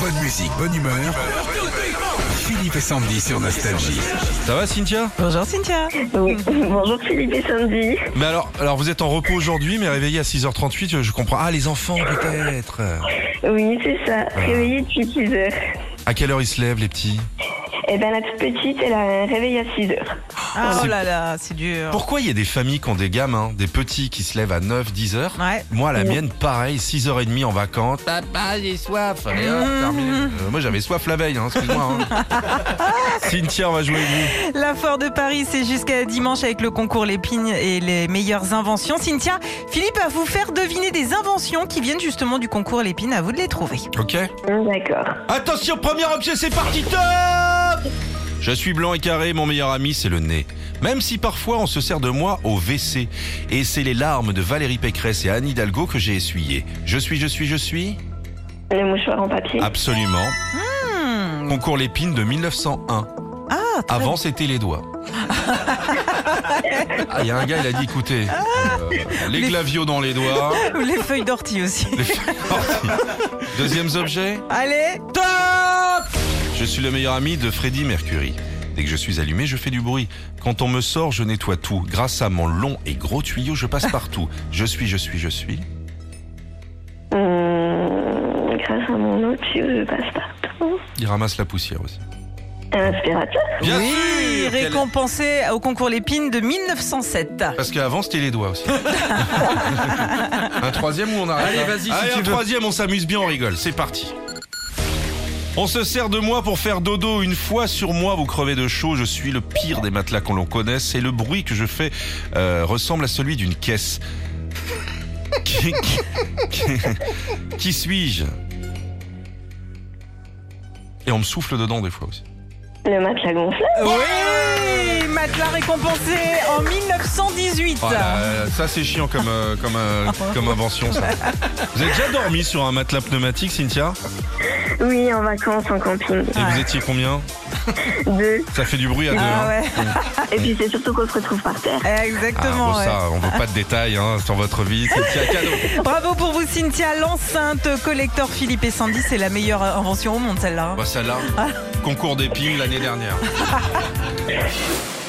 Bonne musique, bonne humeur. Philippe et Sandy sur Nostalgie. Ça va Cynthia Bonjour Cynthia. Oui. Bonjour Philippe et Sandy. Mais alors, alors vous êtes en repos aujourd'hui, mais réveillé à 6h38, je- je comprends. Ah, les enfants peut-être. Oui, c'est ça. Réveillée depuis 6 heures. À quelle heure ils se lèvent les petits Eh bien, la toute petite, elle a un réveil à 6 heures. Ah, oh C'est- là là, c'est dur. Pourquoi il y a des familles qui ont des gamins, des petits qui se lèvent à 9, 10 heures Ouais. Moi, la mienne, pareil, 6h30 en vacances. Papa, j'ai soif. Allez, hop, terminé. Euh, moi, j'avais soif la veille, hein, excuse-moi. hein. Cynthia, on va jouer avec vous. La foire de Paris, c'est jusqu'à dimanche avec le concours Lépine et les meilleures inventions. Cynthia, Philippe va vous faire deviner des inventions qui viennent justement du concours Lépine. À vous de les trouver. Ok Hum, D'accord. Attention, premier objet, c'est parti, top Je suis blanc et carré, mon meilleur ami, c'est le nez. Même si parfois on se sert de moi au WC. Et c'est les larmes de Valérie Pécresse et Anne Hidalgo que j'ai essuyées. Je suis, je suis, je suis Le mouchoir en papier. Ah. Absolument. Hmm. Concours Lépine de 1901. Ah, très Avant, c'était les doigts. Ah, il y a un gars, il a dit écoutez, euh, les glavios dans les doigts. bien. Les feuilles d'ortie aussi. les feuilles parties. Deuxième objet Allez. je suis le meilleur ami de Freddie Mercury. Dès que je suis allumé, je fais du bruit. Quand on me sort, je nettoie tout. Grâce à mon long et gros tuyau, je passe partout. Je suis, je suis, je suis. Hum, grâce à mon autre tuyau, je passe partout. Il ramasse la poussière aussi. Un aspirateur. Bien oui, sûr, quel- récompensé au concours Lépine de 1907. Parce qu'avant, c'était les doigts aussi. un troisième ou on arrête hein. Allez, vas-y, un troisième, on s'amuse bien, on rigole. C'est parti. On se sert de moi pour faire dodo. Une fois sur moi, vous crevez de chaud. Je suis le pire des matelas qu'on l'on connaisse. Et le bruit que je fais euh, ressemble à celui d'une caisse. qui qui- qui- qui suis-je Et on me souffle dedans des fois aussi. Le matelas gonflable. Oui, matelas récompensé en 1918. Oh là, euh, ça c'est chiant comme, euh, comme, euh, comme invention ça. Vous avez déjà dormi sur un matelas pneumatique Cynthia Oui, en vacances, en camping. Et vous Ouais. étiez combien Deux. Ça fait du bruit à deux. Ah hein. ouais, Et puis, c'est surtout qu'on se retrouve par terre. Ah, bon, exactement. ouais. ça, on veut pas de détails hein, sur votre vie. Cynthia, cadeau. Bravo pour vous, Cynthia. L'enceinte collector Philippe et Sandy, c'est la meilleure invention au monde, celle-là. hein. Bah, celle-là, concours des piles l'année dernière.